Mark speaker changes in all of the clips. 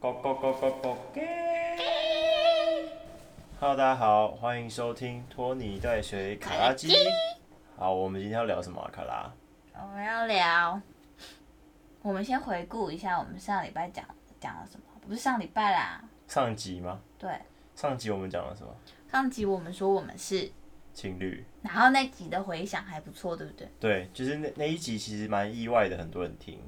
Speaker 1: go go go go go Hello，大家好，欢迎收听托尼带水卡拉鸡。好，我们今天要聊什么、啊？卡拉？
Speaker 2: 我们要聊，我们先回顾一下我们上礼拜讲讲了什么？不是上礼拜啦，
Speaker 1: 上集吗？
Speaker 2: 对，
Speaker 1: 上集我们讲了什么？
Speaker 2: 上集我们说我们是，
Speaker 1: 情侣。
Speaker 2: 然后那集的回响还不错，对不对？
Speaker 1: 对，就是那那一集其实蛮意外的，很多人听。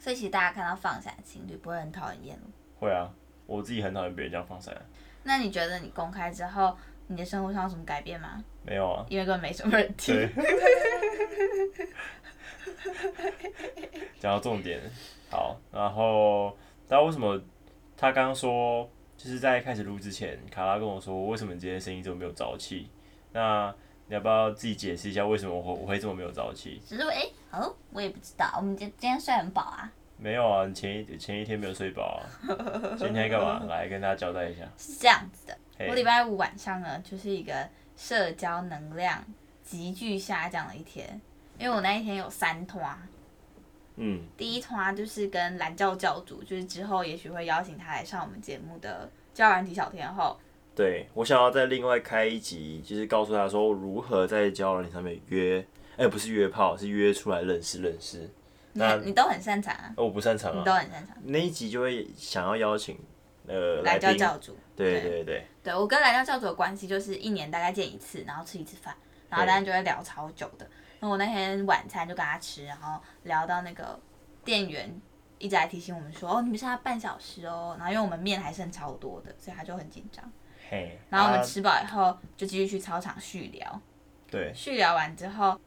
Speaker 2: 所以其实大家看到放闪情侣不会很讨人厌哦
Speaker 1: 会啊，我自己很讨厌别人这样放闪。
Speaker 2: 那你觉得你公开之后，你的生活上有什么改变吗？
Speaker 1: 没有啊，
Speaker 2: 因为根本没什么人 听。
Speaker 1: 对。讲到重点，好，然后但为什么他刚刚说，就是在开始录之前，卡拉跟我说，为什么你今天声音这么没有朝气？那你要不要自己解释一下，为什么我我会这么没有朝气？
Speaker 2: 只是我哎、哦，我也不知道。我们今今天睡很饱啊，
Speaker 1: 没有啊，你前一 前一天没有睡饱啊，前天干嘛？来跟大家交代一 下。
Speaker 2: 是这样子的。
Speaker 1: 嘿
Speaker 2: 我礼拜五晚上呢，就是一个社交能量急剧下降的一天，因为我那一天有三拖。啊
Speaker 1: 嗯，
Speaker 2: 第一团就是跟蓝教教主，就是之后也许会邀请他来上我们节目的教软体小天后。
Speaker 1: 对，我想要再另外开一集，就是告诉他说如何在交友软件上面约，哎、不是约炮，是约出来认识认识。
Speaker 2: 你
Speaker 1: 那
Speaker 2: 你都很擅长啊，
Speaker 1: 哦我不擅长
Speaker 2: 你
Speaker 1: 啊，
Speaker 2: 都很擅长。
Speaker 1: 那一集就会想要邀请呃来
Speaker 2: 蓝教
Speaker 1: 宾，
Speaker 2: 教主，
Speaker 1: 对对对，
Speaker 2: 对我跟蓝教教主的关系就是一年大概见一次，然后吃一次饭，然后大家就会聊超久的。那我那天晚餐就跟他吃，然后聊到那个店员一直在提醒我们说，哦，你们剩下半小时哦。然后因为我们面还剩超多的，所以他就很紧张。
Speaker 1: 嘿，
Speaker 2: 然后我们
Speaker 1: 啊
Speaker 2: 吃饱以后就继续去操场续聊，
Speaker 1: 对，
Speaker 2: 续聊完之后。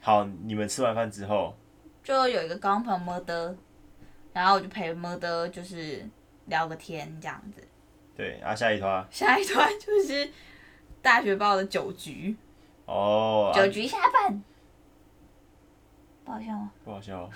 Speaker 1: 好，你们吃完饭之后，
Speaker 2: 就有一个高中朋友么的，然后我就陪么的，就是聊个天这样子。
Speaker 1: 对，啊，下一团
Speaker 2: 下一段就是大学报的酒局，
Speaker 1: 哦，啊
Speaker 2: 酒局下饭，不好笑吗？
Speaker 1: 不好笑哦，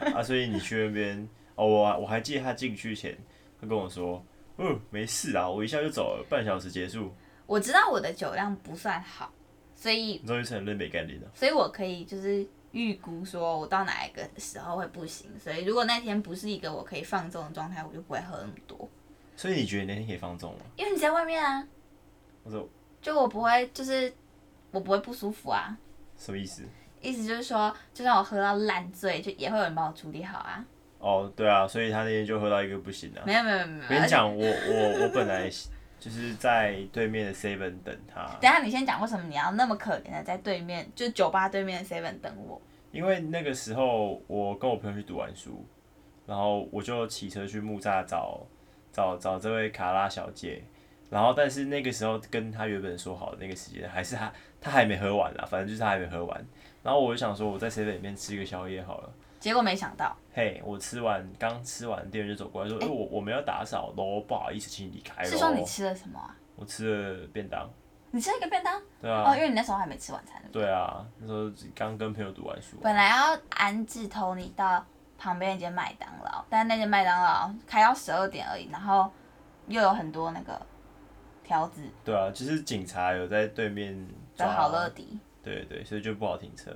Speaker 1: 啊，所以你去那边，哦，我我还记得他进去前，他跟我说，嗯，没事啦，我一下就走了，半小时结束，
Speaker 2: 我知道我的酒量不算好，所以
Speaker 1: 你终于承认没概念了。
Speaker 2: 所以我可以就是预估说我到哪一个时候会不行，所以如果那天不是一个我可以放纵的状态，我就不会喝那么多，
Speaker 1: 所以你觉得你那天可以放纵吗？
Speaker 2: 因为你在外面啊，
Speaker 1: 我说
Speaker 2: 就我不会就是我不会不舒服啊。
Speaker 1: 什么意思？
Speaker 2: 意思就是说，就算我喝到烂醉，就也会有人帮我处理好啊。
Speaker 1: 哦，对啊，所以他那天就喝到一个不行啊。
Speaker 2: 没有没有没有没有。
Speaker 1: 我跟你讲，我我我本来就是在对面的 Seven 等他，
Speaker 2: 等一下你先讲为什么你要那么可怜的在对面，就酒吧对面的 Seven 等我。
Speaker 1: 因为那个时候我跟我朋友去读完书，然后我就骑车去木栅找找找这位卡拉小姐，然后但是那个时候跟她原本说好的那个时间，还是她她还没喝完啦，反正就是她还没喝完，然后我就想说我在 Seven 里面吃个宵夜好了。
Speaker 2: 结果没想到，
Speaker 1: 嘿我吃完刚吃完，店员就走过来说：“哎、我我们要打扫喽，不好意思，请你离开
Speaker 2: 是说
Speaker 1: 喽
Speaker 2: 你。吃了什么啊？”
Speaker 1: 我吃了便当，
Speaker 2: 你吃了一个便当、
Speaker 1: 对啊，
Speaker 2: 哦，因为你那时候还没吃晚餐。对不对
Speaker 1: 对啊，那时候刚跟朋友读完书，
Speaker 2: 本来要安置 Tony 到旁边一间麦当劳，但那间麦当劳开到十二点而已，然后又有很多那个条子
Speaker 1: 对啊，就是警察有在对面
Speaker 2: 的
Speaker 1: 抓
Speaker 2: 好乐迪，
Speaker 1: 对对，所以就不好停车。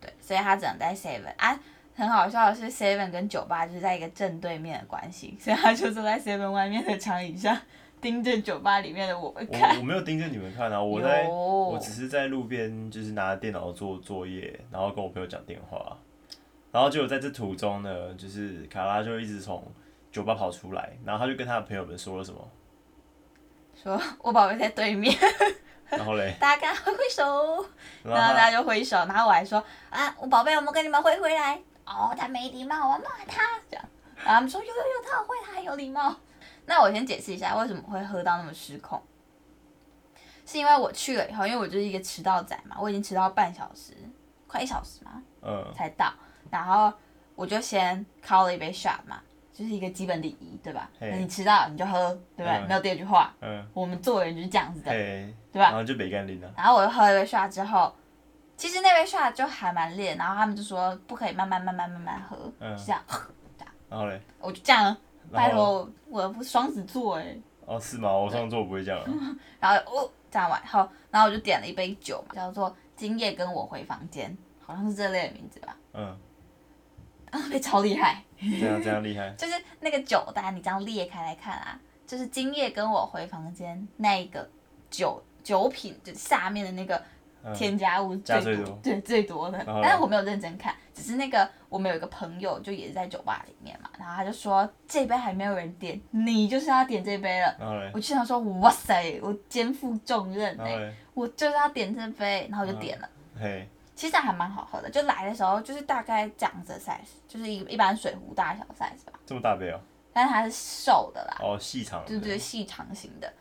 Speaker 2: 对，所以他只能在 Seven 啊。很好笑的是，Seven 跟酒吧就是在一个正对面的关系，所以他就坐在 Seven 外面的长椅上，盯着酒吧里面的我们看。
Speaker 1: 我我没有盯着你们看啊，我在我只是在路边就是拿电脑做作业，然后跟我朋友讲电话，然后结果在这途中呢，就是卡拉就一直从酒吧跑出来，然后他就跟他的朋友们说了什么，
Speaker 2: 说我宝贝在对面，
Speaker 1: 然后 嘞，
Speaker 2: 大家跟他挥挥手，
Speaker 1: 然
Speaker 2: 然
Speaker 1: 后他
Speaker 2: 后大家就挥手，然后我还说啊，我宝贝，我们跟你们挥回来。哦，他没礼貌，我要骂他这样。然后他们说有有有，他很会，他很有礼貌。那我先解释一下为什么会喝到那么失控，是因为我去了以后，因为我就是一个迟到仔嘛，我已经迟到半小时，快一小时嘛，
Speaker 1: 嗯，
Speaker 2: 才到，然后我就先烤了一杯 shot 嘛，就是一个基本礼仪，对吧？
Speaker 1: 嘿
Speaker 2: 那你迟到你就喝，对不对？
Speaker 1: 嗯
Speaker 2: 没有第二句话，
Speaker 1: 嗯，
Speaker 2: 我们做人就是这样子的。
Speaker 1: 嘿，
Speaker 2: 对吧
Speaker 1: 然后就没干拎了，
Speaker 2: 然后我又喝了一杯 shot 之后，其实那杯 shot 就还蛮烈，然后他们就说不可以慢慢慢慢慢慢喝，
Speaker 1: 嗯
Speaker 2: 就这样，
Speaker 1: 然后嘞，
Speaker 2: 我就这样，拜
Speaker 1: 然后
Speaker 2: 托我不双子座哎，
Speaker 1: 哦是吗？我上座不会这样啊，
Speaker 2: 然后哦这样完以后，然后我就点了一杯酒嘛，叫做今夜跟我回房间，好像是这类的名字吧。
Speaker 1: 嗯，
Speaker 2: 啊，被超厉害。
Speaker 1: 这样这样厉害，
Speaker 2: 就是那个酒单，你这样裂开来看啊，就是今夜跟我回房间那一个酒酒品，就下面的那个
Speaker 1: 嗯
Speaker 2: 添加物
Speaker 1: 加
Speaker 2: 最
Speaker 1: 最
Speaker 2: 多
Speaker 1: 多，哦
Speaker 2: 对最多的。
Speaker 1: 后嘞
Speaker 2: 但是我没有认真看，只是那个我们有一个朋友就也是在酒吧里面嘛，然后他就说这杯还没有人点，你就是要点这杯了。
Speaker 1: 然后嘞，
Speaker 2: 我就想说，哇塞，我肩负重任
Speaker 1: 然
Speaker 2: 哎、
Speaker 1: 后嘞，
Speaker 2: 我就是要点这杯，然后我就
Speaker 1: 嗯
Speaker 2: 点了。
Speaker 1: 嘿，
Speaker 2: 其实还蛮好喝的，就来的时候就是大概这样子的 size，就是一一般水壶大小 size 吧，
Speaker 1: 这么大杯哦，
Speaker 2: 但是它是瘦的啦，
Speaker 1: 哦，细长，
Speaker 2: 对对，，细长型的。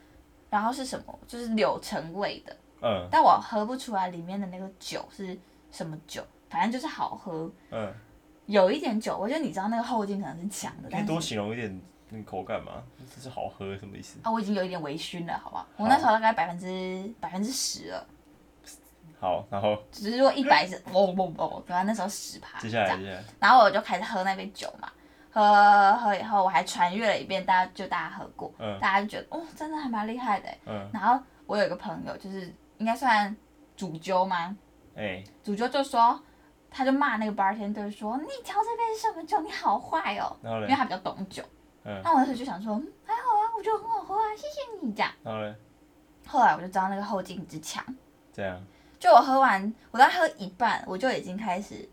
Speaker 2: 然后是什么？就是柳橙味的，
Speaker 1: 嗯
Speaker 2: 但我喝不出来里面的那个酒是什么酒，反正就是好喝，
Speaker 1: 嗯，
Speaker 2: 有一点酒味，就你知道那个后劲可能是强的，
Speaker 1: 可
Speaker 2: 但
Speaker 1: 以
Speaker 2: 是
Speaker 1: 多形容一点那个口感吗？这是好喝什么意思？
Speaker 2: 啊，我已经有一点微醺了，好不好？我那时候大概百分之百分之十了，
Speaker 1: 好，然后
Speaker 2: 只是说一百是哦哦哦，对吧？那时候十趴，
Speaker 1: 接
Speaker 2: 这
Speaker 1: 下来
Speaker 2: 样。
Speaker 1: 接下来，
Speaker 2: 然后我就开始喝那杯酒嘛，喝喝以后我还传阅了一遍，大家就大家喝过，
Speaker 1: 嗯
Speaker 2: 大家就觉得哦，真的还蛮厉害的欸。
Speaker 1: 嗯，
Speaker 2: 然后我有一个朋友，就是应该算主揪嘛，
Speaker 1: 哎，
Speaker 2: 主揪就说，他就骂那个 bartender 说，你调这杯是什么酒？你好坏哦，
Speaker 1: 然后
Speaker 2: 因
Speaker 1: 嘞
Speaker 2: 为，他比较懂酒。
Speaker 1: 嗯，
Speaker 2: 那我那时候就想说，嗯，还好啊，我觉得很好喝啊，谢谢你这样。
Speaker 1: 然后嘞，
Speaker 2: 后来我就知道那个后劲之强，
Speaker 1: 这样，
Speaker 2: 就我喝完，我在喝一半，我就已经开始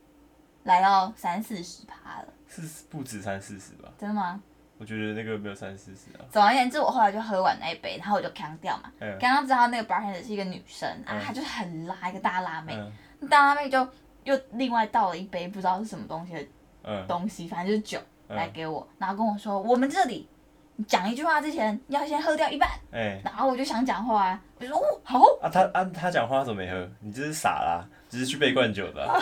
Speaker 2: 来到三四十趴了，
Speaker 1: 是不止三四十吧？
Speaker 2: 真的吗？
Speaker 1: 我觉得那个没有三四十啊，
Speaker 2: 总而言之，我后来就喝完那一杯，然后我就扛掉嘛。
Speaker 1: 嗯
Speaker 2: 刚刚知道那个 bartender 是一个女生啊
Speaker 1: 嗯，
Speaker 2: 她就是很辣，一个大辣妹。
Speaker 1: 嗯
Speaker 2: 那大辣妹就又另外倒了一杯不知道是什么东西的
Speaker 1: 嗯
Speaker 2: 东西，反正就是酒来
Speaker 1: 嗯，
Speaker 2: 给我，然后跟我说我们这里。你讲一句话之前要先喝掉一半，
Speaker 1: 哎，
Speaker 2: 然后我就想讲话啊，我就说哦好哦，
Speaker 1: 啊他啊他讲话怎么没喝？你这是傻啦，只是去被灌酒的啊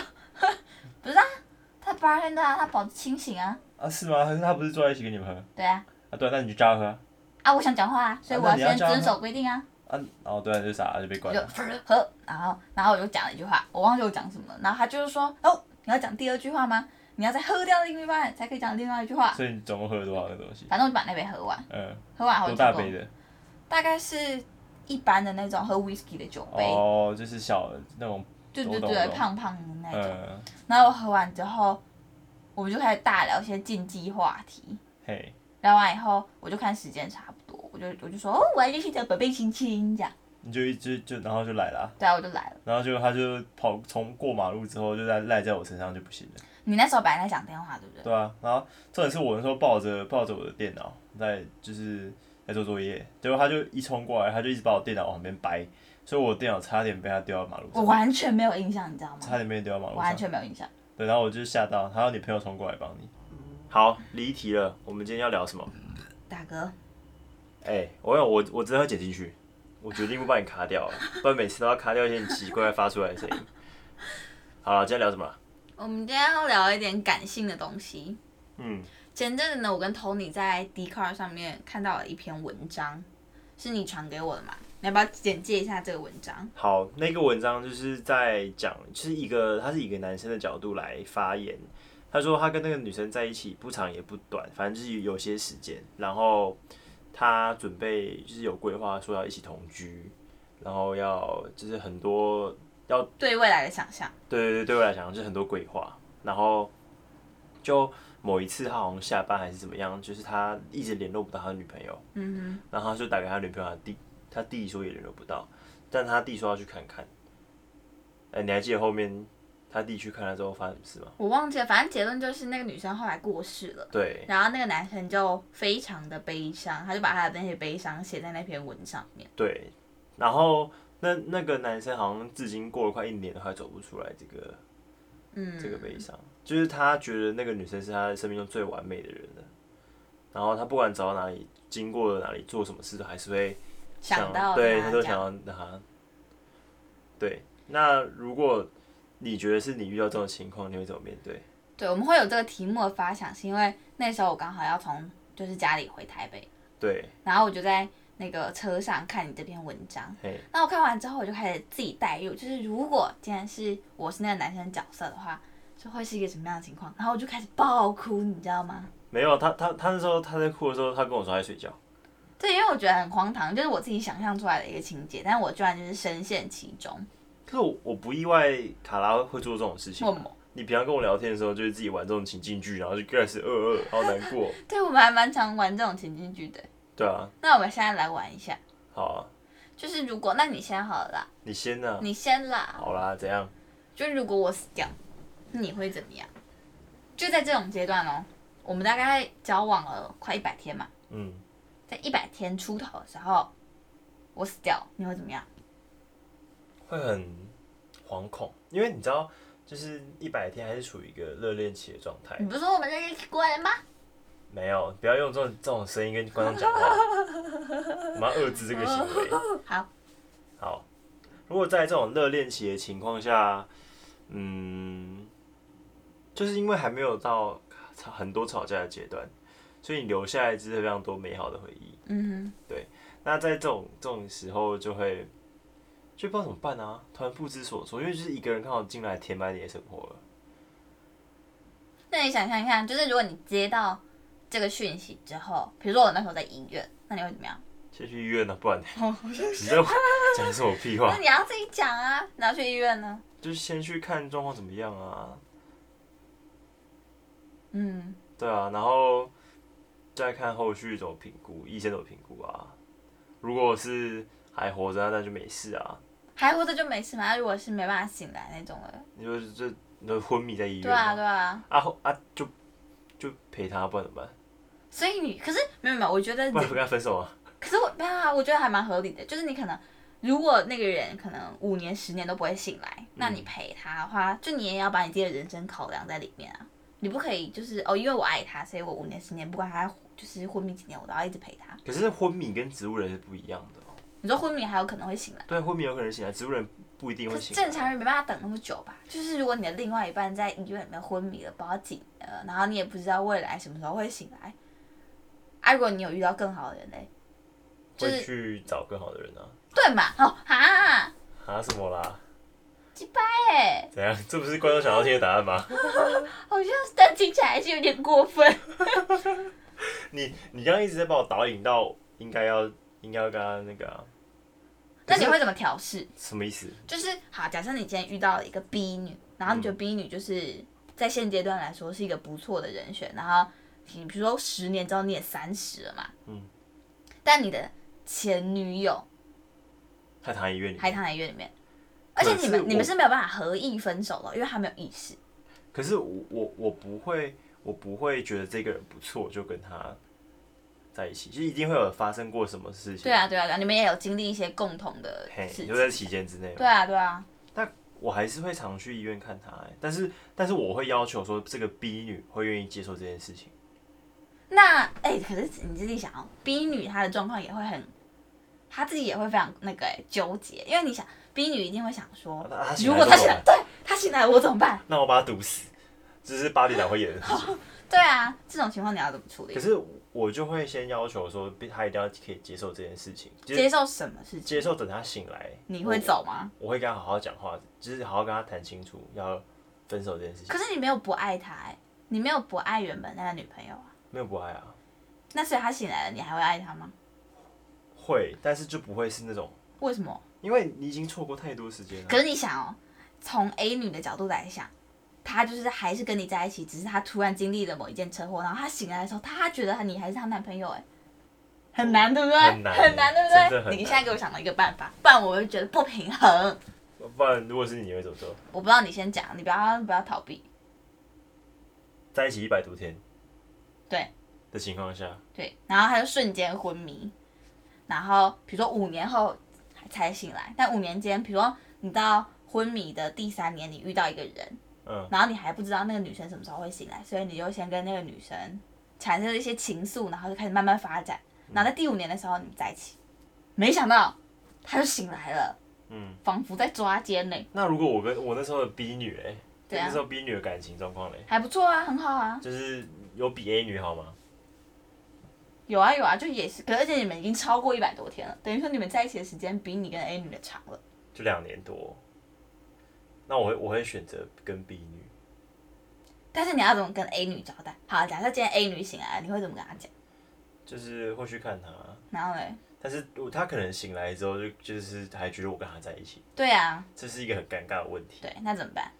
Speaker 2: 他 bartender 啊，他保持清醒啊，
Speaker 1: 啊是吗？可是他不是坐在一起跟你们喝
Speaker 2: 对啊，
Speaker 1: 啊？对啊，那你就叫他喝啊
Speaker 2: 啊我想讲话啊，所以我
Speaker 1: 啊那你要
Speaker 2: 先
Speaker 1: 叫他
Speaker 2: 遵守规定啊，
Speaker 1: 啊，哦对啊，就傻了就被
Speaker 2: 我
Speaker 1: 灌
Speaker 2: 就
Speaker 1: 了，
Speaker 2: 喝，然后然后我就讲了一句话，我忘记我讲什么了，然后他就是说哦你要讲第二句话吗？你要再喝掉另一半才可以讲另外一句话，
Speaker 1: 所以你总共喝了多少个东西？
Speaker 2: 反正我就把那杯喝完，
Speaker 1: 嗯，
Speaker 2: 喝完后
Speaker 1: 多
Speaker 2: 就
Speaker 1: 大
Speaker 2: 够
Speaker 1: 杯，的？
Speaker 2: 大概是一般的那种喝 whisky 的酒杯，
Speaker 1: 哦，就是小那种，
Speaker 2: 对
Speaker 1: 懂
Speaker 2: 对
Speaker 1: 懂
Speaker 2: 对，
Speaker 1: 懂
Speaker 2: 胖胖的那种。
Speaker 1: 嗯，
Speaker 2: 然后我喝完之后，我们就开始大聊一些禁忌话题。
Speaker 1: 嘿，
Speaker 2: 聊完以后，我就看时间差不多，我就我就说哦，我要去找本贝亲亲这样，
Speaker 1: 你就一直就然后就来啦，
Speaker 2: 对啊，我就来了。
Speaker 1: 然后就他就跑从过马路之后就在赖在我身上就不行了，
Speaker 2: 你那时候本来在讲电话，对不对？
Speaker 1: 对啊，然后重点是我那时候抱着抱着我的电脑在就是在做作业，结果他就一冲过来，他就一直把我电脑往旁边掰，所以我电脑差点被他丢到马路
Speaker 2: 我
Speaker 1: 上，
Speaker 2: 完全没有印象，你知道
Speaker 1: 差
Speaker 2: 吗？
Speaker 1: 点被丢到马
Speaker 2: 我
Speaker 1: 路
Speaker 2: 完
Speaker 1: 上，
Speaker 2: 全没有印象。
Speaker 1: 对，然后我就吓到，还有你朋友冲过来帮你。好，离题了，我们今天要聊什么？
Speaker 2: 大哥，
Speaker 1: 哎、我有我我真的要剪进去，我决定不帮你卡掉了，不然每次都要卡掉一些很奇怪发出来的声音。好了，今天聊什么？啊
Speaker 2: 我们今天要聊一点感性的东西。
Speaker 1: 嗯，
Speaker 2: 前阵子呢，我跟 Tony 在 d c a r 上面看到了一篇文章，是你传给我的嘛？你要不要简介一下这个文章？
Speaker 1: 好，那个文章就是在讲，就是一个他是以一个男生的角度来发言。他说他跟那个女生在一起不长也不短，反正就是有些时间，然后他准备就是有规划说要一起同居，然后要就是很多
Speaker 2: 对未来的想象。
Speaker 1: 对对对，对我来讲就是很多鬼话。然后就某一次，他好像下班还是怎么样，就是他一直联络不到他女朋友，
Speaker 2: 嗯
Speaker 1: 然后他就打给他女朋友他弟，他弟说也联络不到，但他弟说要去看看。哎、你还记得后面他弟去看了之后发生什么事吗
Speaker 2: 哼？，我忘记了，反正结论就是那个女生后来过世了，
Speaker 1: 对，
Speaker 2: 然后那个男生就非常的悲伤，他就把他的那些悲伤写在那篇文上面。
Speaker 1: 对，然后那那个男生好像至今过了快一年了，还走不出来这个
Speaker 2: 嗯，
Speaker 1: 这个悲伤，就是他觉得那个女生是他生命中最完美的人了，然后他不管走到哪里，经过了哪里，做什么事都还是会
Speaker 2: 想到
Speaker 1: 对
Speaker 2: 他
Speaker 1: 都
Speaker 2: 这样
Speaker 1: 想要他。对，那如果你觉得是你遇到这种情况，你会怎么面对？
Speaker 2: 对，我们会有这个题目的发想，是因为那时候我刚好要从就是家里回台北，
Speaker 1: 对，
Speaker 2: 然后我就在那个车上看你这篇文章。
Speaker 1: 嘿，
Speaker 2: 那我看完之后，我就开始自己代入，就是如果今天是我是那个男生角色的话，就会是一个什么样的情况？然后我就开始爆哭，你知道吗？
Speaker 1: 没有他，他他那时候他在哭的时候，他跟我说他在睡觉。
Speaker 2: 对，因为我觉得很荒唐，就是我自己想象出来的一个情节，但我居然就是深陷其中。
Speaker 1: 可是我我不意外卡拉会做这种事情
Speaker 2: 为什，么？
Speaker 1: 你平常跟我聊天的时候，就是自己玩这种情境剧，然后就开始呃呃，好难过。
Speaker 2: 对，我们还蛮常玩这种情境剧的。
Speaker 1: 对啊，
Speaker 2: 那我们现在来玩一下，
Speaker 1: 好啊，
Speaker 2: 就是如果那你先好了啦，
Speaker 1: 你先呢、
Speaker 2: 你先啦。
Speaker 1: 好啦，怎样？
Speaker 2: 就如果我死掉，你会怎么样？就在这种阶段哦，我们大概交往了快一百天嘛，
Speaker 1: 嗯，
Speaker 2: 在一百天出头的时候，我死掉，你会怎么样？
Speaker 1: 会很惶恐，因为你知道，就是一百天还是处于一个热恋期的状态。
Speaker 2: 你不是说我们在一起过来吗？
Speaker 1: 没有，不要用这种这种声音跟观众讲话，我们要遏制这个行为。
Speaker 2: 好，
Speaker 1: 好，如果在这种热恋期的情况下，嗯，就是因为还没有到吵很多吵架的阶段，所以你留下来是非常多美好的回忆。
Speaker 2: 嗯
Speaker 1: 那在这种这种时候，就会就不知道怎么办啊，突然不知所措，因为就是一个人刚好进来填满你的生活了。
Speaker 2: 哼，那你想象一下，就是如果你接到这个讯息之后，比如说我那时候在医院，那你会怎么样？嗯
Speaker 1: 先去医院呢、不然 啊你在讲什么屁话
Speaker 2: 那？你要自己讲啊，然后去医院呢？
Speaker 1: 就是先去看状况怎么样啊，
Speaker 2: 嗯，
Speaker 1: 对啊，然后再看后续怎么评估，医生怎么评估啊。如果是还活着，那就没事啊。
Speaker 2: 还活着就没事嘛。如果是没办法醒来那种的，
Speaker 1: 你就是这你就昏迷在医院
Speaker 2: 对啊
Speaker 1: 嘛，
Speaker 2: 对啊。
Speaker 1: 啊后啊就就陪他，不然怎么办？
Speaker 2: 所以你可是没有没有，我觉 得
Speaker 1: 不然不跟他分手啊？
Speaker 2: 可是我没有啊，我觉得还蛮合理的，就是你可能。如果那个人可能五年十年都不会醒
Speaker 1: 嗯
Speaker 2: 来，那你陪他的话，就你也要把你自己的人生考量在里面啊。你不可以就是哦，因为我爱他，所以我五年十年不管他就是昏迷几年，我都要一直陪他。
Speaker 1: 可是昏迷跟植物人是不一样的哦。
Speaker 2: 你说昏迷还有可能会醒来，
Speaker 1: 对，昏迷有可能醒来，植物人不一定
Speaker 2: 可
Speaker 1: 会
Speaker 2: 是
Speaker 1: 醒
Speaker 2: 正
Speaker 1: 来。
Speaker 2: 常人没办法等那么久吧？就是如果你的另外一半在医院里面昏迷了，不知道几呃，然后你也不知道未来什么时候会醒来。啊，如果你有遇到更好的人嘞，就是
Speaker 1: 会去找更好的人啊？
Speaker 2: 对嘛？哦哈，
Speaker 1: 啊什么啦？
Speaker 2: 鸡掰哎！
Speaker 1: 怎样？这不是观众想要听的答案吗？
Speaker 2: 好像是，但听起来还是有点过分。
Speaker 1: 你你刚刚一直在把我导引到应该要应该要跟他那个啊、
Speaker 2: 那你会怎么调试？
Speaker 1: 什么意思？
Speaker 2: 就是好，假设你今天遇到了一个 B 女，然后你觉得 B 女就是在现阶段来说是一个不错的人选，然后你比如说十年之后你也三十了嘛，
Speaker 1: 嗯，
Speaker 2: 但你的前女友
Speaker 1: 他躺在医院里。
Speaker 2: 还躺在医院里面，而且
Speaker 1: 嗯
Speaker 2: 你
Speaker 1: 可是我
Speaker 2: 们你们是没有办法合意分手的，因为她没有意识。
Speaker 1: 可是我我我不会，我不会觉得这个人不错就跟他在一起，就一定会有发生过什么事情。
Speaker 2: 对，啊，对啊，对啊，你们也有经历一些共同的
Speaker 1: 嘿，
Speaker 2: 事
Speaker 1: 就
Speaker 2: 情。
Speaker 1: 在期间之内嘛。
Speaker 2: 对啊，对啊，
Speaker 1: 我还是会常去医院看他、欸，但是但是我会要求说这个 B 女会愿意接受这件事情。
Speaker 2: 那哎、可是你自己想哦，B 女她的状况也会很，她自己也会非常那个、哎纠结，因为你想，B 女一定会想说
Speaker 1: 啊那她，醒
Speaker 2: 如
Speaker 1: 来之
Speaker 2: 果她
Speaker 1: 后
Speaker 2: 醒来
Speaker 1: 呢，
Speaker 2: 对她醒来我怎么办？
Speaker 1: 那我把他毒死，这是巴厘岛会演的事 情。
Speaker 2: 对啊，这种情况你要怎么处
Speaker 1: 可
Speaker 2: 理？
Speaker 1: 是我就会先要求说，他一定要可以接受这件事情，就是
Speaker 2: 接受什么事情？
Speaker 1: 接受等他醒来，
Speaker 2: 你会走吗？
Speaker 1: 我，我会跟他好好讲话，就是好好跟他谈清楚要分手这件事情。
Speaker 2: 可是你没有不爱她、哎，你没有不爱原本那个女朋友啊，
Speaker 1: 没有不爱啊，
Speaker 2: 那所以她醒来了，你还会爱她吗？
Speaker 1: 会，但是就不会是那种。
Speaker 2: 为什么？
Speaker 1: 因为你已经错过太多时间了。
Speaker 2: 可是你想哦，从 A 女的角度来想，她就是还是跟你在一起，只是她突然经历了某一件车祸，然后她醒来的时候，她觉得你还是她男朋友、哎，很难，对不对？
Speaker 1: 很难
Speaker 2: 对
Speaker 1: 真的
Speaker 2: 不
Speaker 1: 很
Speaker 2: 对？
Speaker 1: 难
Speaker 2: 你现在给我想到一个办法，不然我会觉得不平衡。
Speaker 1: 不然，如果是你，你会怎么做？
Speaker 2: 我不知道你先讲，你不要不要逃避。
Speaker 1: 在一起一百多天，
Speaker 2: 对
Speaker 1: 的情况下，
Speaker 2: 对，然后她就瞬间昏迷，然后比如说五年后才醒来，但五年间，比如说你到昏迷的第三年，你遇到一个人，
Speaker 1: 嗯，
Speaker 2: 然后你还不知道那个女生什么时候会醒来，所以你就先跟那个女生产生了一些情愫，然后就开始慢慢发展。然后在第五年的时候你们在一起，没想到她就醒来了，
Speaker 1: 嗯，
Speaker 2: 仿佛在抓奸呢，
Speaker 1: 那如果我跟我那时候的 B 女嘞，
Speaker 2: 对啊
Speaker 1: 那时候 B 女的感情状况嘞，
Speaker 2: 还不错啊，很好啊，
Speaker 1: 就是有比 A 女好吗？
Speaker 2: 有啊有啊，就也是，可而且你们已经超过一百多天了，等于说你们在一起的时间比你跟 A 女的长了。
Speaker 1: 就两年多。那我会我会选择跟 B 女，
Speaker 2: 但是你要怎么跟 A 女交代？好，假设今天 A 女醒来了，你会怎么跟她讲？
Speaker 1: 就是会去看她，
Speaker 2: 然后嘞，
Speaker 1: 但是我她可能醒来之后就就是还觉得我跟她在一起，
Speaker 2: 对啊，
Speaker 1: 这是一个很尴尬的问题。
Speaker 2: 对，那怎么办？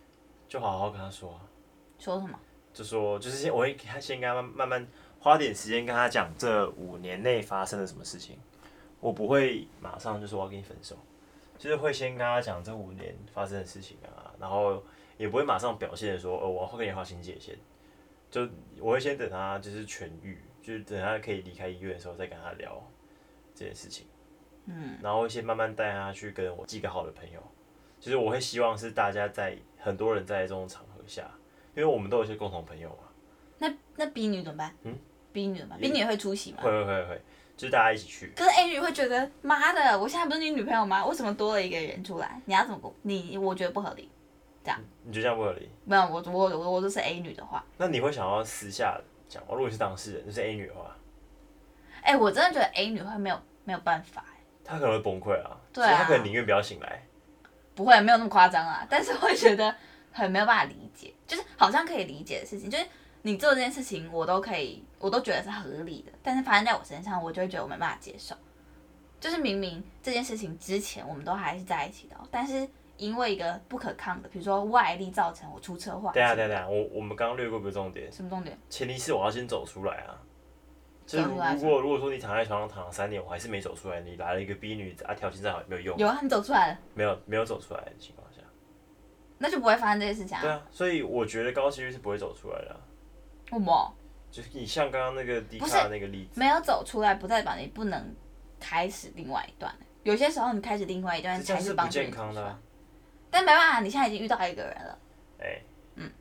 Speaker 1: 就好好跟他说啊、
Speaker 2: 说什么？
Speaker 1: 就说就是先我会他先跟他慢慢慢花点时间跟他讲这五年内发生了什么事情，我不会马上就说我哦要跟你分手，就是会先跟他讲这五年发生的事情啊，然后也不会马上表现地说呃我要跟你划清界限，就我会先等他就是痊愈，就是等他可以离开医院的时候再跟他聊这件事情，嗯，然后会先慢慢带他去跟我几个好的朋友，就是我会希望是大家在很多人在这种场合下。因为我们都有一些共同朋友嘛，
Speaker 2: 那那 B 女怎么办？嗯，B 女怎么办？B 女也会出席吗？
Speaker 1: 会会会会，就是大家一起去。
Speaker 2: 可是 A 女会觉得，妈的，我现在不是你女朋友吗？为什么多了一个人出来？你要怎么跟我你？我觉得不合理。
Speaker 1: 你觉得这样不合理？
Speaker 2: 没有，我我我我就是 A 女的话，
Speaker 1: 那你会想要私下讲吗？如果你是当事人，就是 A 女的话，
Speaker 2: 哎、我真的觉得 A 女会没有没有办法、
Speaker 1: 她可能会崩溃啊，
Speaker 2: 对
Speaker 1: 所以
Speaker 2: 啊
Speaker 1: 她可能宁愿不要醒来。
Speaker 2: 不会没有那么夸张啊，但是会觉得很没有办法理解，就是好像可以理解的事情，就是你做这件事情我都可以，我都觉得是合理的，但是发生在我身上，我就会觉得我没办法接受。就是明明这件事情之前我们都还是在一起的哦、但是因为一个不可抗的，比如说外力造成我出车祸，
Speaker 1: 对啊对啊对啊，我我们刚刚略过一个重点，
Speaker 2: 什么重点？
Speaker 1: 前提是我要先走出来啊。就是
Speaker 2: 走出来
Speaker 1: 如果如果说你躺在床上躺了三年，我还是没走出来，你来了一个逼女啊，条件再好也没有用，
Speaker 2: 有啊，你走出来了，
Speaker 1: 没有没有走出来的情况下，
Speaker 2: 那就不会发生这些事情啊。
Speaker 1: 对啊，所以我觉得高几率是不会走出来的啊、
Speaker 2: 为什么
Speaker 1: 就是你像刚刚那个迪
Speaker 2: 不是
Speaker 1: 卡那个例子，
Speaker 2: 没有走出来，不代表你不能开始另外一段？有些时候你开始另外一段
Speaker 1: 这
Speaker 2: 才
Speaker 1: 样是不
Speaker 2: 帮助你
Speaker 1: 健康的啊、
Speaker 2: 但没办法，你现在已经遇到一个人了，
Speaker 1: 哎、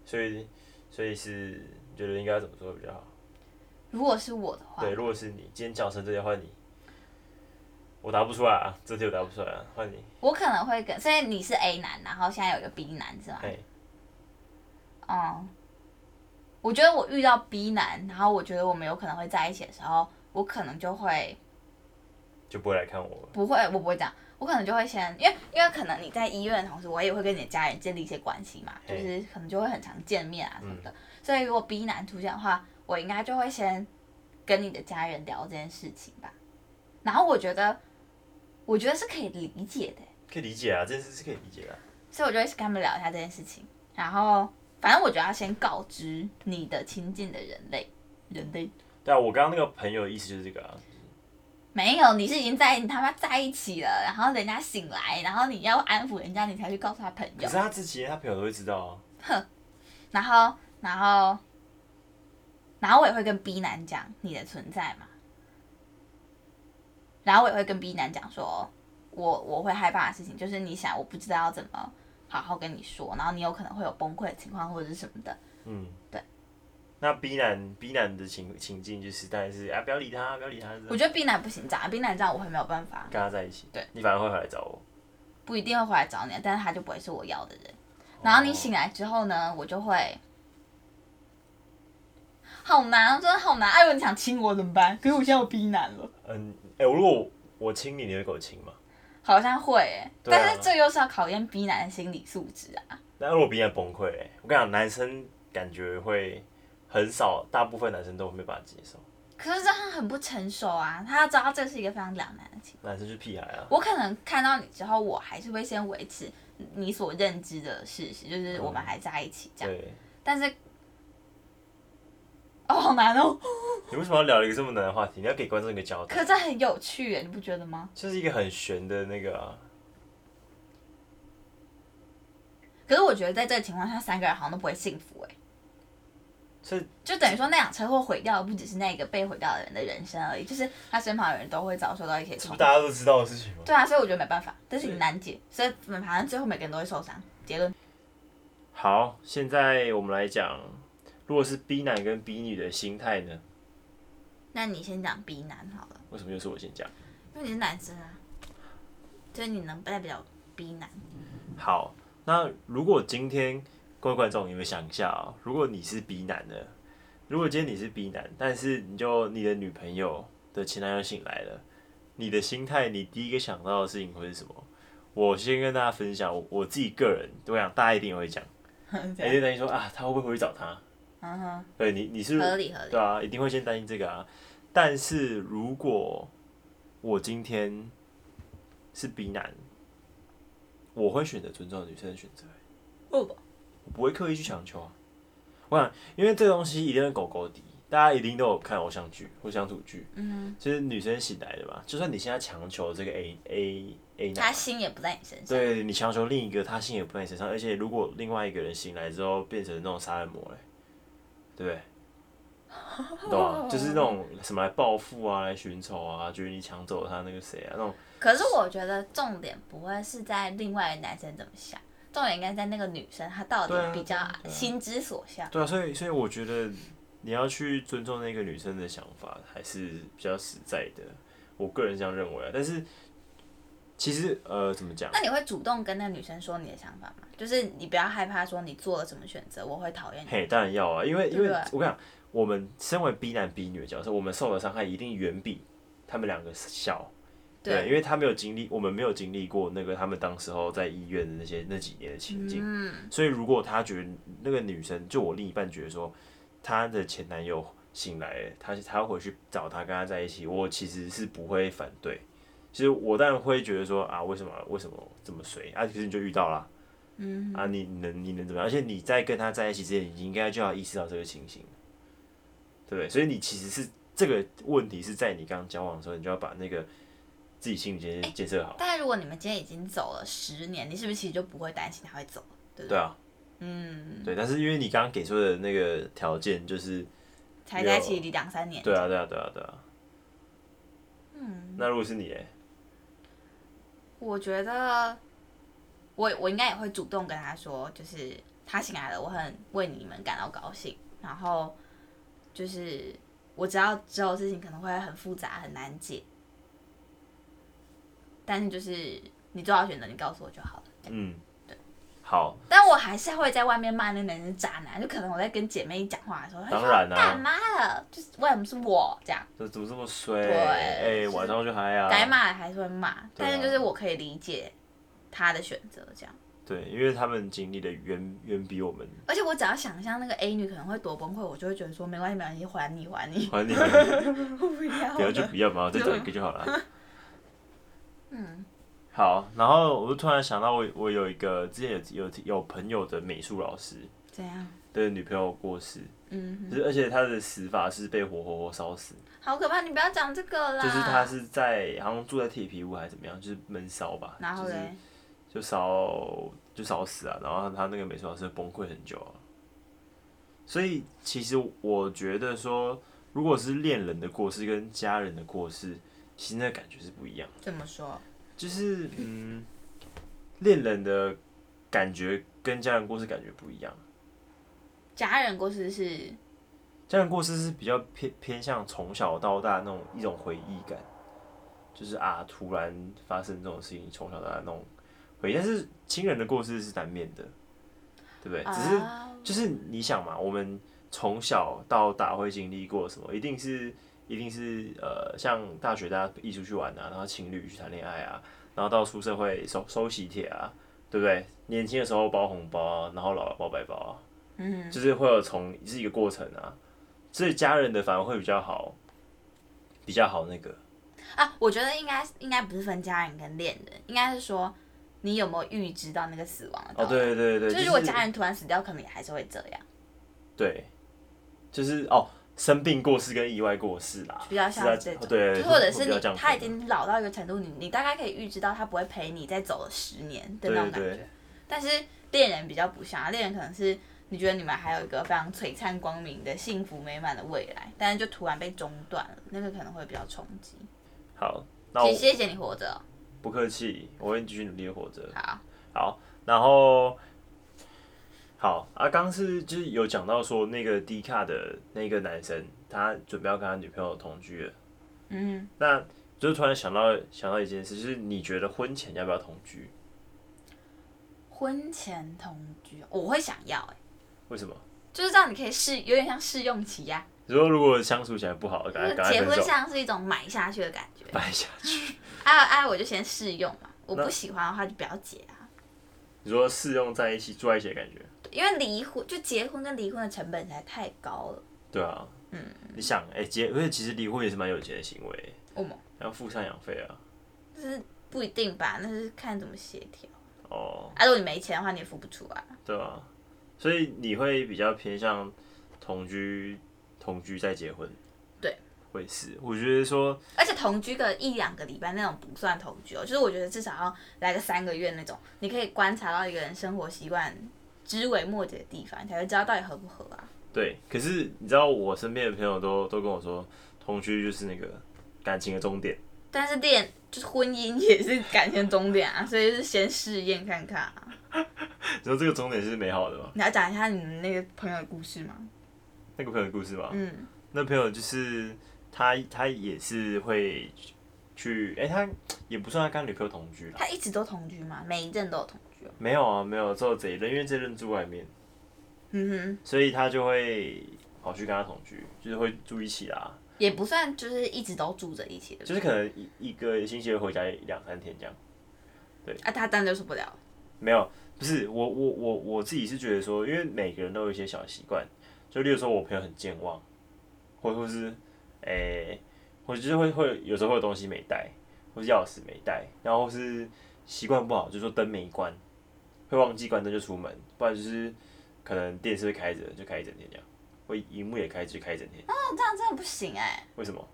Speaker 1: 所以所以是觉得应该怎么做比较好？
Speaker 2: 如果是我的话，
Speaker 1: 对，如果是你今天叫声这些换你，我答不出来啊，这题我答不出来、啊，换你。
Speaker 2: 我可能会跟，所以你是 A 男，然后现在有一个 B 男是吗？
Speaker 1: 哎，
Speaker 2: 嗯，我觉得我遇到 B 男，然后我觉得我们有可能会在一起的时候，我可能就会
Speaker 1: 就不会来看我了。
Speaker 2: 不会，我不会这样，我可能就会先，因为因为可能你在医院的同时，我也会跟你的家人建立一些关系嘛，就
Speaker 1: 嘿
Speaker 2: 是可能就会很常见面啊什么的。所以如果 B 男出现的话，我应该就会先跟你的家人聊这件事情吧。然后我觉得，我觉得是可以理解的，欸
Speaker 1: 可以理解啊，这件事是可以理解的啊、
Speaker 2: 所以我就会跟他们聊一下这件事情。然后反正我觉得要先告知你的亲近的人类，人类
Speaker 1: 对啊，我刚刚那个朋友的意思就是这个啊，
Speaker 2: 没有，你是已经在你他妈在一起了，然后人家醒来，然后你要安抚人家，你才去告诉他朋
Speaker 1: 可
Speaker 2: 友
Speaker 1: 是。他之前他朋友都会知道啊。
Speaker 2: 然后，然后，然后我也会跟 B 男讲你的存在嘛。然后我也会跟 B 男讲说，我我会害怕的事情就是你想我不知道要怎么好好跟你说，然后你有可能会有崩溃的情况或者是什么的。
Speaker 1: 嗯，
Speaker 2: 对。
Speaker 1: 那 B 男 B 男的情情境就是，当然是啊，不要理他，不要理他，
Speaker 2: 我
Speaker 1: 跟
Speaker 2: 觉得 B 男不行，这样 B 男这样我会没有办法，
Speaker 1: 他在一起。
Speaker 2: 对，
Speaker 1: 你反而会回来找我。
Speaker 2: 不一定会回来找你，但是他就不会是我要的人。然后你醒来之后呢，我就会。好难哦，真的好难！哎呦，你想亲我怎么办？可是我现在有 B 男了。
Speaker 1: 嗯，哎、如果我我亲你，你会给我亲吗？
Speaker 2: 好像会、欸，
Speaker 1: 对啊
Speaker 2: 但是这又是要考验 B 男的心理素质啊。
Speaker 1: 那如果别人崩溃、欸，我跟你讲，男生感觉会很少，大部分男生都没办法接受，
Speaker 2: 可是这样很不成熟啊，他要知道这是一个非常两难的情况。
Speaker 1: 男生是屁孩啊。
Speaker 2: 我可能看到你之后，我还是会先维持你所认知的事实，就是我们还在一起这样。
Speaker 1: 对，
Speaker 2: 但是，哦，好难哦。
Speaker 1: 你为什么要聊一个这么难的话题？你要给观众一个交
Speaker 2: 可
Speaker 1: 代，
Speaker 2: 是这很有趣耶，你不觉得吗？
Speaker 1: 这是一个很悬的那个、啊，
Speaker 2: 可是我觉得在这个情况下，三个人好像都不会幸福哎。
Speaker 1: 所以
Speaker 2: 就等于说那辆车祸毁掉的不只是那个被毁掉的人的人生而已，就是他身旁的人都会遭受到一些
Speaker 1: 这
Speaker 2: 冲
Speaker 1: 不
Speaker 2: 击。
Speaker 1: 大家都知道的事情吗？
Speaker 2: 对啊，所以我觉得没办法，这是
Speaker 1: 对
Speaker 2: 很难解，所以反正最后每个人都会受伤。结论，
Speaker 1: 好，现在我们来讲，如果是 B 男跟 B 女的心态呢？
Speaker 2: 那你先讲 B 男好了，
Speaker 1: 为什么又是我先讲？
Speaker 2: 因为你是男生啊，所以你能代表 B 男。
Speaker 1: 好，那如果今天各位观众，你们想一下啊、如果你是 B 男的，如果今天你是 B 男，但是你就你的女朋友的前男友醒来了，你的心态，你第一个想到的事情会是什么？我先跟大家分享，我我自己个人，我想大家一定也会讲，一定担心说啊，他会不会回去找他？
Speaker 2: 嗯哼，
Speaker 1: 对你，你是
Speaker 2: 合理合理。
Speaker 1: 对啊，一定会先担心这个啊。但是如果我今天是 B 男，我会选择尊重女生的选择。欸
Speaker 2: 不不，
Speaker 1: 我不会刻意去强求啊。我想，因为这个东西一定会狗狗敌，大家一定都有看偶像剧或乡土剧，
Speaker 2: 嗯，
Speaker 1: 就是女生醒来的嘛。就算你现在强求这个 A A A
Speaker 2: 他
Speaker 1: 男，
Speaker 2: 心也不在你身上。
Speaker 1: 对你强求另一个，他心也不在你身上，而且如果另外一个人醒来之后变成那种杀人魔嘞，对不对？你懂吗？就是那种什么来报复啊，来寻仇啊，觉得你抢走了他那个谁啊，那种
Speaker 2: 可是我觉得重点不会是在另外的男生怎么想，重点应该在那个女生她到
Speaker 1: 对啊
Speaker 2: 底比较
Speaker 1: 对啊对啊
Speaker 2: 心之所向。
Speaker 1: 对啊，所以所以我觉得你要去尊重那个女生的想法，还是比较实在的。我个人这样认为啊，但是其实呃，怎么讲？
Speaker 2: 那你会主动跟那个女生说你的想法吗？就是你不要害怕说你做了什么选择，我会讨厌你。
Speaker 1: 嘿，当然要啊，因为因为
Speaker 2: 对不对
Speaker 1: 我跟你讲，我们身为 B 男 B 女的角色，我们受的伤害一定远比他们两个小。
Speaker 2: 对啊
Speaker 1: 因为他没有经历，我们没有经历过那个他们当时候在医院的那些那几年的情境，
Speaker 2: 嗯，
Speaker 1: 所以如果他觉得那个女生，就我另一半觉得说，她的前男友醒来了，她她回去找他跟他在一起，我其实是不会反对。其实我当然会觉得说啊，为什么为什么这么随啊？可是你就遇到啦，嗯啊，你能你能怎么样？而且你在跟他在一起之前，你应该就要意识到这个情形，对不对？所以你其实是这个问题是在你刚交往的时候，你就要把那个自己心理建建设好，
Speaker 2: 但如果你们今天已经走了十年，你是不是其实就不会担心他会走了？对
Speaker 1: 对
Speaker 2: 不对？
Speaker 1: 啊，
Speaker 2: 嗯，
Speaker 1: 对。但是因为你刚刚给出的那个条件就是。
Speaker 2: 才在一起两三年。
Speaker 1: 对啊，对啊，对啊，对啊。嗯。那如果是你欸，
Speaker 2: 我觉得我我应该也会主动跟他说，就是他醒来了，我很为你们感到高兴。然后就是我知道之后事情可能会很复杂很难解，但是就是你做好选择，你告诉我就好了。
Speaker 1: 嗯，好，
Speaker 2: 但我还是会在外面骂那个男生渣男，就可能我在跟姐妹讲话的时候，她就说
Speaker 1: 当然啊
Speaker 2: 干嘛了？就是为什么是我这样？
Speaker 1: 这怎么这么衰？
Speaker 2: 对
Speaker 1: 哎、
Speaker 2: 就是
Speaker 1: 晚上就嗨啊。
Speaker 2: 该骂的还是会骂，
Speaker 1: 对啊
Speaker 2: 但是就是我可以理解他的选择这样。
Speaker 1: 对，因为他们经历的远远比我 们
Speaker 2: 而且我只要想象那个 A 女可能会多崩溃，我就会觉得说没关系，没关系，还你还你，
Speaker 1: 还你，
Speaker 2: 我不要
Speaker 1: 不要啊就
Speaker 2: 了。
Speaker 1: 不要嘛，再找一个就好了。 嗯。
Speaker 2: 嗯
Speaker 1: 好，然后我就突然想到我，我有一个之前有有有朋友的美术老师
Speaker 2: 怎样？
Speaker 1: 的女朋友过世，
Speaker 2: 嗯，
Speaker 1: 就是而且他的死法是被活活活烧死，
Speaker 2: 好可怕！你不要讲这个啦。
Speaker 1: 就是他是在好像住在铁皮屋还是怎么样，就是闷烧吧，
Speaker 2: 然后
Speaker 1: 就是
Speaker 2: 嘞，
Speaker 1: 就烧就烧死啊，然后他那个美术老师崩溃很久啊。所以其实我觉得说，如果是恋人的过世跟家人的过世，其实那感觉是不一样的。
Speaker 2: 怎么说？
Speaker 1: 就是嗯，恋人的感觉跟家人过世感觉不一样。
Speaker 2: 家人过世是
Speaker 1: 家人过世是比较偏偏向从小到大那种一种回忆感，就是啊，突然发生这种事情，从小到大那种回忆。但是亲人的过世是难免的，对不对？只是
Speaker 2: 啊
Speaker 1: 就是你想嘛，我们从小到大会经历过什么？一定是一定是呃，像大学大家一起出去玩啊，然后情侣去谈恋爱啊，然后到出社会收收喜帖啊，对不对？年轻的时候包红包啊，然后老了包白包啊，
Speaker 2: 嗯，
Speaker 1: 就是会有从是一个过程啊，所以家人的反而会比较好，比较好那个，
Speaker 2: 啊，我觉得应该应该不是分家人跟恋人，应该是说你有没有预知到那个死亡的
Speaker 1: 哦，
Speaker 2: 到来。
Speaker 1: 对对对对，
Speaker 2: 就是
Speaker 1: 是
Speaker 2: 如果家人突然死掉，可能也还是会这样，
Speaker 1: 对，就是哦，生病过世跟意外过世啦，
Speaker 2: 比较像
Speaker 1: 是啊
Speaker 2: 是这种，
Speaker 1: 对，
Speaker 2: 就或者
Speaker 1: 会
Speaker 2: 是
Speaker 1: 比较
Speaker 2: 你
Speaker 1: 这样
Speaker 2: 他
Speaker 1: 分啊
Speaker 2: 已经老到一个程度，你你大概可以预知到他不会陪你再走了十年的
Speaker 1: 对
Speaker 2: 那
Speaker 1: 对
Speaker 2: 种感觉。
Speaker 1: 对，
Speaker 2: 但是恋人比较不像，啊恋人可能是你觉得你们还有一个非常璀璨光明的幸福美满的未来，但是就突然被中断了，那个可能会比较冲击。
Speaker 1: 好，那
Speaker 2: 谢
Speaker 1: 我
Speaker 2: 谢谢你活着哦，
Speaker 1: 不客气，我会继续努力地活着。
Speaker 2: 好，
Speaker 1: 好，然后好啊，刚是就是有讲到说那个低卡的那个男生，他准备要跟他女朋友同居了。
Speaker 2: 嗯，
Speaker 1: 那就是突然想到想到一件事，就是你觉得婚前要不要同居？
Speaker 2: 婚前同居我会想要、欸，
Speaker 1: 为什么？
Speaker 2: 就是这样，你可以试，有点像试用期呀、
Speaker 1: 你说如果相处起来不好，
Speaker 2: 就
Speaker 1: 赶快
Speaker 2: 是
Speaker 1: 赶
Speaker 2: 嗯结
Speaker 1: 快
Speaker 2: 婚
Speaker 1: 分手，
Speaker 2: 像是一种买下去的感觉。
Speaker 1: 掰一下。
Speaker 2: 啊啊，我就先试用嘛，我
Speaker 1: 那
Speaker 2: 不喜欢的话就不要结啊，
Speaker 1: 你说适用在一起住在一起的感觉？
Speaker 2: 对因为离婚就结婚跟离婚的成本实在太高了。
Speaker 1: 对啊，嗯，你想，哎、结，而且其实离婚也是蛮有钱的行为，
Speaker 2: 我们
Speaker 1: 要付赡养费啊。
Speaker 2: 就是不一定吧，那是看怎么协调。
Speaker 1: 哦，
Speaker 2: 啊，如果你没钱的话，你也付不出啊。
Speaker 1: 对啊，所以你会比较偏向同居，同居再结婚。
Speaker 2: 对，
Speaker 1: 会是。我觉得说，
Speaker 2: 而且同居个一两个礼拜那种不算同居哦，就是我觉得至少要来个三个月那种，你可以观察到一个人生活习惯枝微末节的地方，你才会知道到底合不合啊。
Speaker 1: 对，可是你知道我身边的朋友都都跟我说，同居就是那个感情的终点。
Speaker 2: 但是恋就是婚姻也是感情的终点啊，所以就是先试验看看啊。
Speaker 1: 你说这个终点是美好的吗？
Speaker 2: 你要讲一下你们那个朋友的故事吗？
Speaker 1: 那个朋友的故事吗？
Speaker 2: 嗯，
Speaker 1: 那朋友就是他，他也是会去，哎、他也不算他跟他女朋友同居啦，
Speaker 2: 他一直都同居吗？每一阵都有同居哦、
Speaker 1: 没有啊，没有，只有这一任，因为这任住外面，
Speaker 2: 嗯
Speaker 1: 所以他就会跑去跟他同居，就是会住一起啦，
Speaker 2: 哼，也不算就是一直都住着一起的，
Speaker 1: 就是可能一一个星期会回家两三天这样。
Speaker 2: 啊，他当然就受不了。
Speaker 1: 没有，不是我我我我自己是觉得说，因为每个人都有一些小习惯，就例如说我朋友很健忘，或或是诶、我就是会会有时候会有东西没带，或是钥匙没带，然后是习惯不好，就是说灯没关，会忘记关灯就出门，不然就是可能电视会开着就开一整天这样，或荧幕也开着就开一整天，
Speaker 2: 哦，这样真的不行哎、
Speaker 1: 为什么？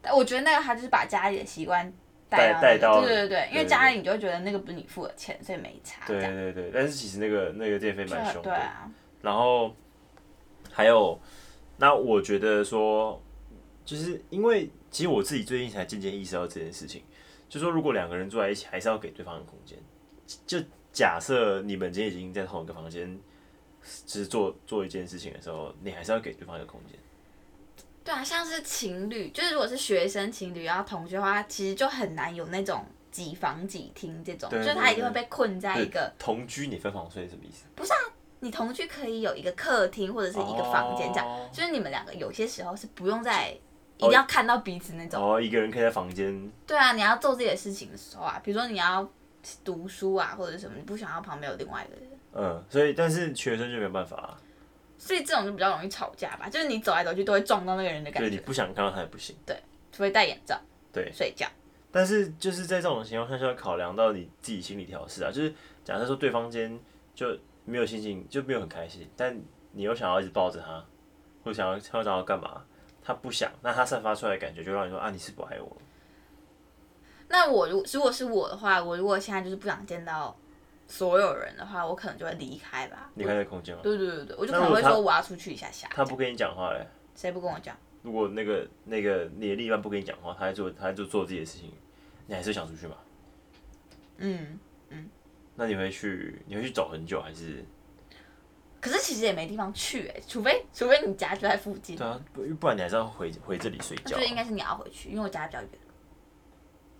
Speaker 2: 但我觉得那个他就是把家里的习惯
Speaker 1: 带
Speaker 2: 到
Speaker 1: 带
Speaker 2: 那
Speaker 1: 到
Speaker 2: 个，对对对，因为
Speaker 1: 对
Speaker 2: 家里你就会觉得那个不是你付的钱，所以没差。
Speaker 1: 对
Speaker 2: 这样
Speaker 1: 对对，但是其实那个那个电费蛮
Speaker 2: 就
Speaker 1: 凶的
Speaker 2: 对。啊，
Speaker 1: 然后还有，那我觉得说，就是因为其实我自己最近才渐渐意识到这件事情，就说如果两个人住在一起，还是要给对方的空间。就假设你们今天已经在同一个房间，只是做做一件事情的时候，你还是要给对方一个空间。
Speaker 2: 对啊，像是情侣，就是如果是学生情侣要同居的话，其实就很难有那种几房几厅这种，
Speaker 1: 对
Speaker 2: 就是他一定会被困在一个
Speaker 1: 同居你分房睡是什么意思？
Speaker 2: 你同居可以有一个客厅或者是一个房间这样，
Speaker 1: 哦
Speaker 2: 就是你们两个有些时候是不用在一
Speaker 1: 哦
Speaker 2: 定要看到彼此那种。
Speaker 1: 哦，一个人可以在房间，
Speaker 2: 对啊，你要做自己的事情的时候啊，比如说你要读书啊或者什么，你不想要旁边有另外一个人。
Speaker 1: 嗯，所以但是学生就没有办法、啊，
Speaker 2: 所以这种就比较容易吵架吧，就是你走来走去都会撞到那个人的感
Speaker 1: 对你
Speaker 2: 觉，
Speaker 1: 不想看到他也不行。
Speaker 2: 除非戴眼罩，
Speaker 1: 对，
Speaker 2: 睡觉。
Speaker 1: 但是就是在这种情况下，就要考量到你自己心理调试啊。就是假设说对方今天就没有心情，就没有很开心，但你又想要一直抱着他，或想要想要干嘛，他不想，那他散发出来的感觉就让你说啊，你是不爱我了。
Speaker 2: 那我如如果是我的话，我如果现在就是不想见到所有人的话，我可能就会离开吧。
Speaker 1: 离开这个空间吗？
Speaker 2: 对对对对，我就
Speaker 1: 那
Speaker 2: 可
Speaker 1: 如
Speaker 2: 能
Speaker 1: 果
Speaker 2: 会
Speaker 1: 他
Speaker 2: 说我要出去一下下。
Speaker 1: 他不跟你讲话嘞？
Speaker 2: 谁不跟我讲？
Speaker 1: 如果那个那个你的另一半不跟你讲话，他在做他在做做自己的事情，你还是想出去吗？
Speaker 2: 嗯，
Speaker 1: 那你会去你会去走很久还是？
Speaker 2: 可是其实也没地方去哎、除非除非你家就在附近，
Speaker 1: 对啊，不不然你还是要回回这里睡
Speaker 2: 那
Speaker 1: 觉
Speaker 2: 就
Speaker 1: 啊。
Speaker 2: 应该是你要回去，因为我家比较远。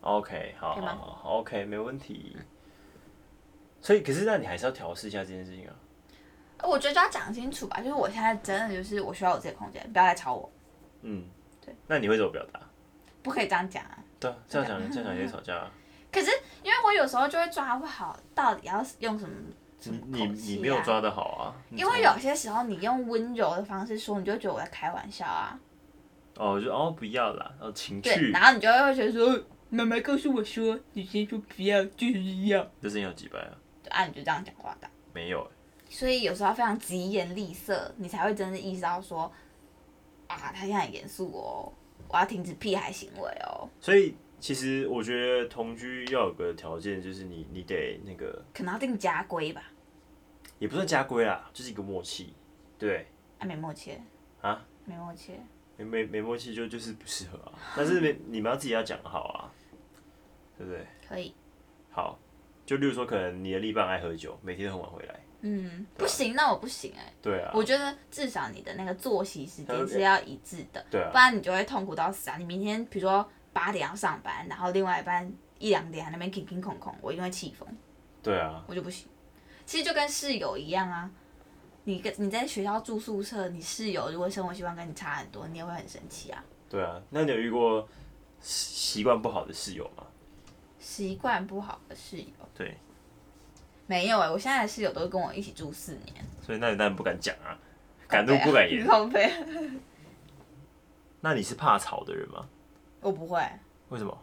Speaker 1: OK，好好
Speaker 2: 可以吗
Speaker 1: 好好，OK，没问题。所以，可是那你还是要调试一下这件事情啊。
Speaker 2: 呃我觉得就要讲清楚吧，就是我现在真的就是我需要我自己的空间，不要来吵我，
Speaker 1: 嗯，
Speaker 2: 对。
Speaker 1: 那你会怎么表达？
Speaker 2: 不可以这样讲啊。
Speaker 1: 对啊，这样讲这样讲也吵架啊。
Speaker 2: 可是因为我有时候就会抓不好，到底要用什么什
Speaker 1: 你
Speaker 2: 么
Speaker 1: 你
Speaker 2: 口气、啊、
Speaker 1: 你没有抓的好啊。你
Speaker 2: 因
Speaker 1: 从
Speaker 2: 为有些时候你用温柔的方式说，你就会觉得我在开玩笑啊，
Speaker 1: 哦，就哦不要啦，哦情
Speaker 2: 对，
Speaker 1: 趣
Speaker 2: 然后你就会觉得说，妈妈告诉我说，你先说不要就是要，
Speaker 1: 这声音有几百啊？
Speaker 2: 对啊，你就这样讲话的。
Speaker 1: 没有欸，
Speaker 2: 所以有时候非常疾言厉色，你才会真的意识到说，啊，他现在很严肃哦，我要停止屁孩行为哦，
Speaker 1: 所以其实我觉得同居要有个条件，就是你你得那个
Speaker 2: 可能要定家规吧，
Speaker 1: 也不算家规啦，就是一个默契，对，
Speaker 2: 啊，没默契
Speaker 1: 啊，
Speaker 2: 没默契，
Speaker 1: 没没没默契就就是不适合啊。但是没你们要自己要讲好啊，对不对？
Speaker 2: 可以，
Speaker 1: 好，就例如说，可能你的另一半爱喝酒，每天都很晚回来。
Speaker 2: 嗯，不行，那我不行哎、
Speaker 1: 啊对啊，
Speaker 2: 我觉得至少你的那个作息时
Speaker 1: 嗯
Speaker 2: 间是要一致的，
Speaker 1: 对啊
Speaker 2: 不然你就会痛苦到死啊！你明天比如说八点要上班，然后另外一班一两点还在那边叮叮空空，我一定会气疯，
Speaker 1: 对啊，
Speaker 2: 我就不行。其实就跟室友一样啊，你跟你在学校住宿舍，你室友如果生活习惯跟你差很多，你也会很生气啊。
Speaker 1: 对啊。那你有遇过习习惯不好的室友吗？
Speaker 2: 习惯不好的室友
Speaker 1: 对，
Speaker 2: 没有哎、我现在的室友都是跟我一起住四年，
Speaker 1: 所以那你当然不敢讲啊，敢怒不敢言。
Speaker 2: 靠背啊，
Speaker 1: 那你是怕吵的人吗？
Speaker 2: 我不会。
Speaker 1: 为什么？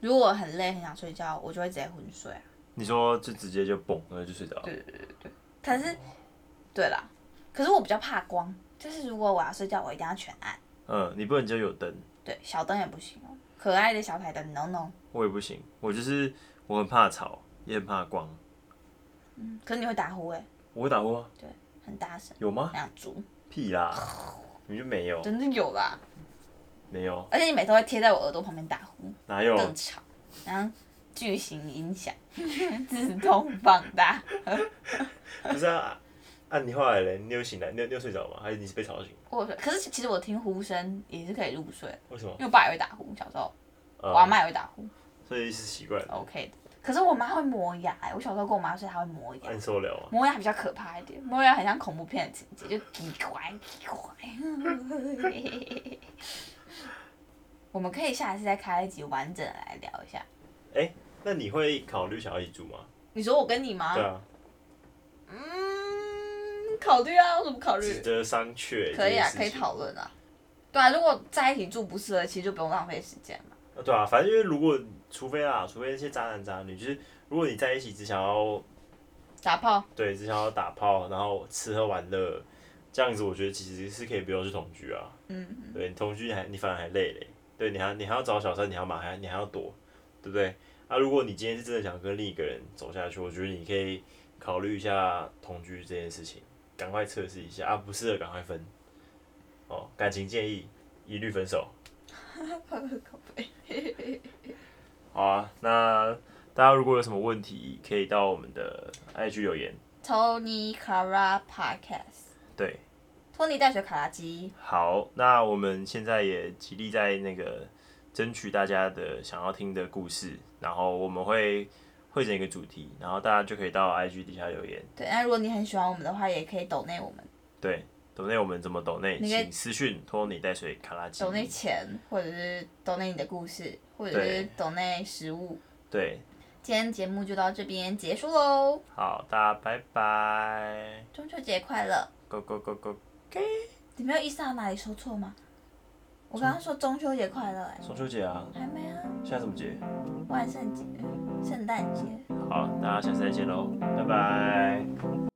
Speaker 2: 如果我很累很想睡觉，我就会直接昏睡啊。
Speaker 1: 你说就直接就嘣，然后就睡着了。
Speaker 2: 对对对对对。可是对啦，可是我比较怕光，就是如果我要睡觉，我一定要全暗，
Speaker 1: 嗯，你不能只有有灯，
Speaker 2: 对，小灯也不行哦，可爱的小台灯，no no。
Speaker 1: 我也不行，我就是我很怕吵，也很怕光。
Speaker 2: 嗯，可是你会打呼哎、
Speaker 1: 我会打呼吗？
Speaker 2: 很大声，
Speaker 1: 有吗？
Speaker 2: 那样猪，
Speaker 1: 屁啦，你就没有，
Speaker 2: 真的有啦，
Speaker 1: 没有，
Speaker 2: 而且你每次会贴在我耳朵旁边打呼，
Speaker 1: 哪有？
Speaker 2: 更吵，然后巨型音响， 自动放大。
Speaker 1: 不是啊，啊，你后来嘞，你有醒来，你有你有睡着吗？还是你是被吵醒？
Speaker 2: 我可是其实我听呼声也是可以入睡，
Speaker 1: 为什么？
Speaker 2: 因为我爸也会打呼，小时候我阿
Speaker 1: 呃，
Speaker 2: 妈也会打呼
Speaker 1: 所以是习惯了，
Speaker 2: ，OK 的。可是我妈会磨牙、欸，我小时候跟我妈睡，她会磨牙，
Speaker 1: 按受得了啊。
Speaker 2: 磨牙比较可怕一点，磨牙很像恐怖片的情节，就奇怪奇怪。我们可以下一次再开一集完整的来聊一下。
Speaker 1: 那你会考虑想要一起住吗？
Speaker 2: 你说我跟你吗？
Speaker 1: 对啊，
Speaker 2: 嗯，考虑啊，有什么考
Speaker 1: 值
Speaker 2: 虑？
Speaker 1: 得商榷。
Speaker 2: 可以啊，
Speaker 1: 这
Speaker 2: 可
Speaker 1: 件事
Speaker 2: 以
Speaker 1: 情
Speaker 2: 讨论啊。对啊，如果在一起住不适合，其实就不用浪费时间嘛。
Speaker 1: 啊对啊，反正因为如果除非啦，除非那些渣男渣女，就是如果你在一起只想要
Speaker 2: 打炮，
Speaker 1: 对只想要打炮，然后吃喝玩乐，这样子我觉得其实是可以不用去同居啊。
Speaker 2: 嗯，
Speaker 1: 对你同居你还你反而还累嘞，对你还你还要找小三，你还要马还你还要躲，对不对？啊，如果你今天是真的想跟另一个人走下去，我觉得你可以考虑一下同居这件事情，赶快测试一下啊，不适合赶快分。哦，感情建议一律分手。好啊，那大家如果有什么问题，可以到我们的 IG 留言。
Speaker 2: Tony Cara Podcast，
Speaker 1: 对，
Speaker 2: 托尼大学卡拉基，
Speaker 1: 好，那我们现在也极力在那个争取大家的想要听的故事，然后我们会汇整一个主题，然后大家就可以到 IG 底下留言。
Speaker 2: 对，那如果你很喜欢我们的话，也可以抖内我们，
Speaker 1: 对，抖内我们怎么抖内，
Speaker 2: 你可以
Speaker 1: 请私讯托你带水卡拉基。
Speaker 2: 抖内钱，或者是抖内你的故事，或者是
Speaker 1: 嗯对
Speaker 2: 抖内食物。
Speaker 1: 对，
Speaker 2: 今天节目就到这边结束喽，
Speaker 1: 好，大家拜拜
Speaker 2: 中秋节快乐！
Speaker 1: ，Go Go Go Go，
Speaker 2: 你没有意识到哪里说错吗？我刚刚说中秋节快乐、欸，
Speaker 1: 中秋节啊，
Speaker 2: 还没啊，
Speaker 1: 现在什么节？
Speaker 2: 呃万圣节、圣诞节。
Speaker 1: 好，大家下次再见喽，拜拜。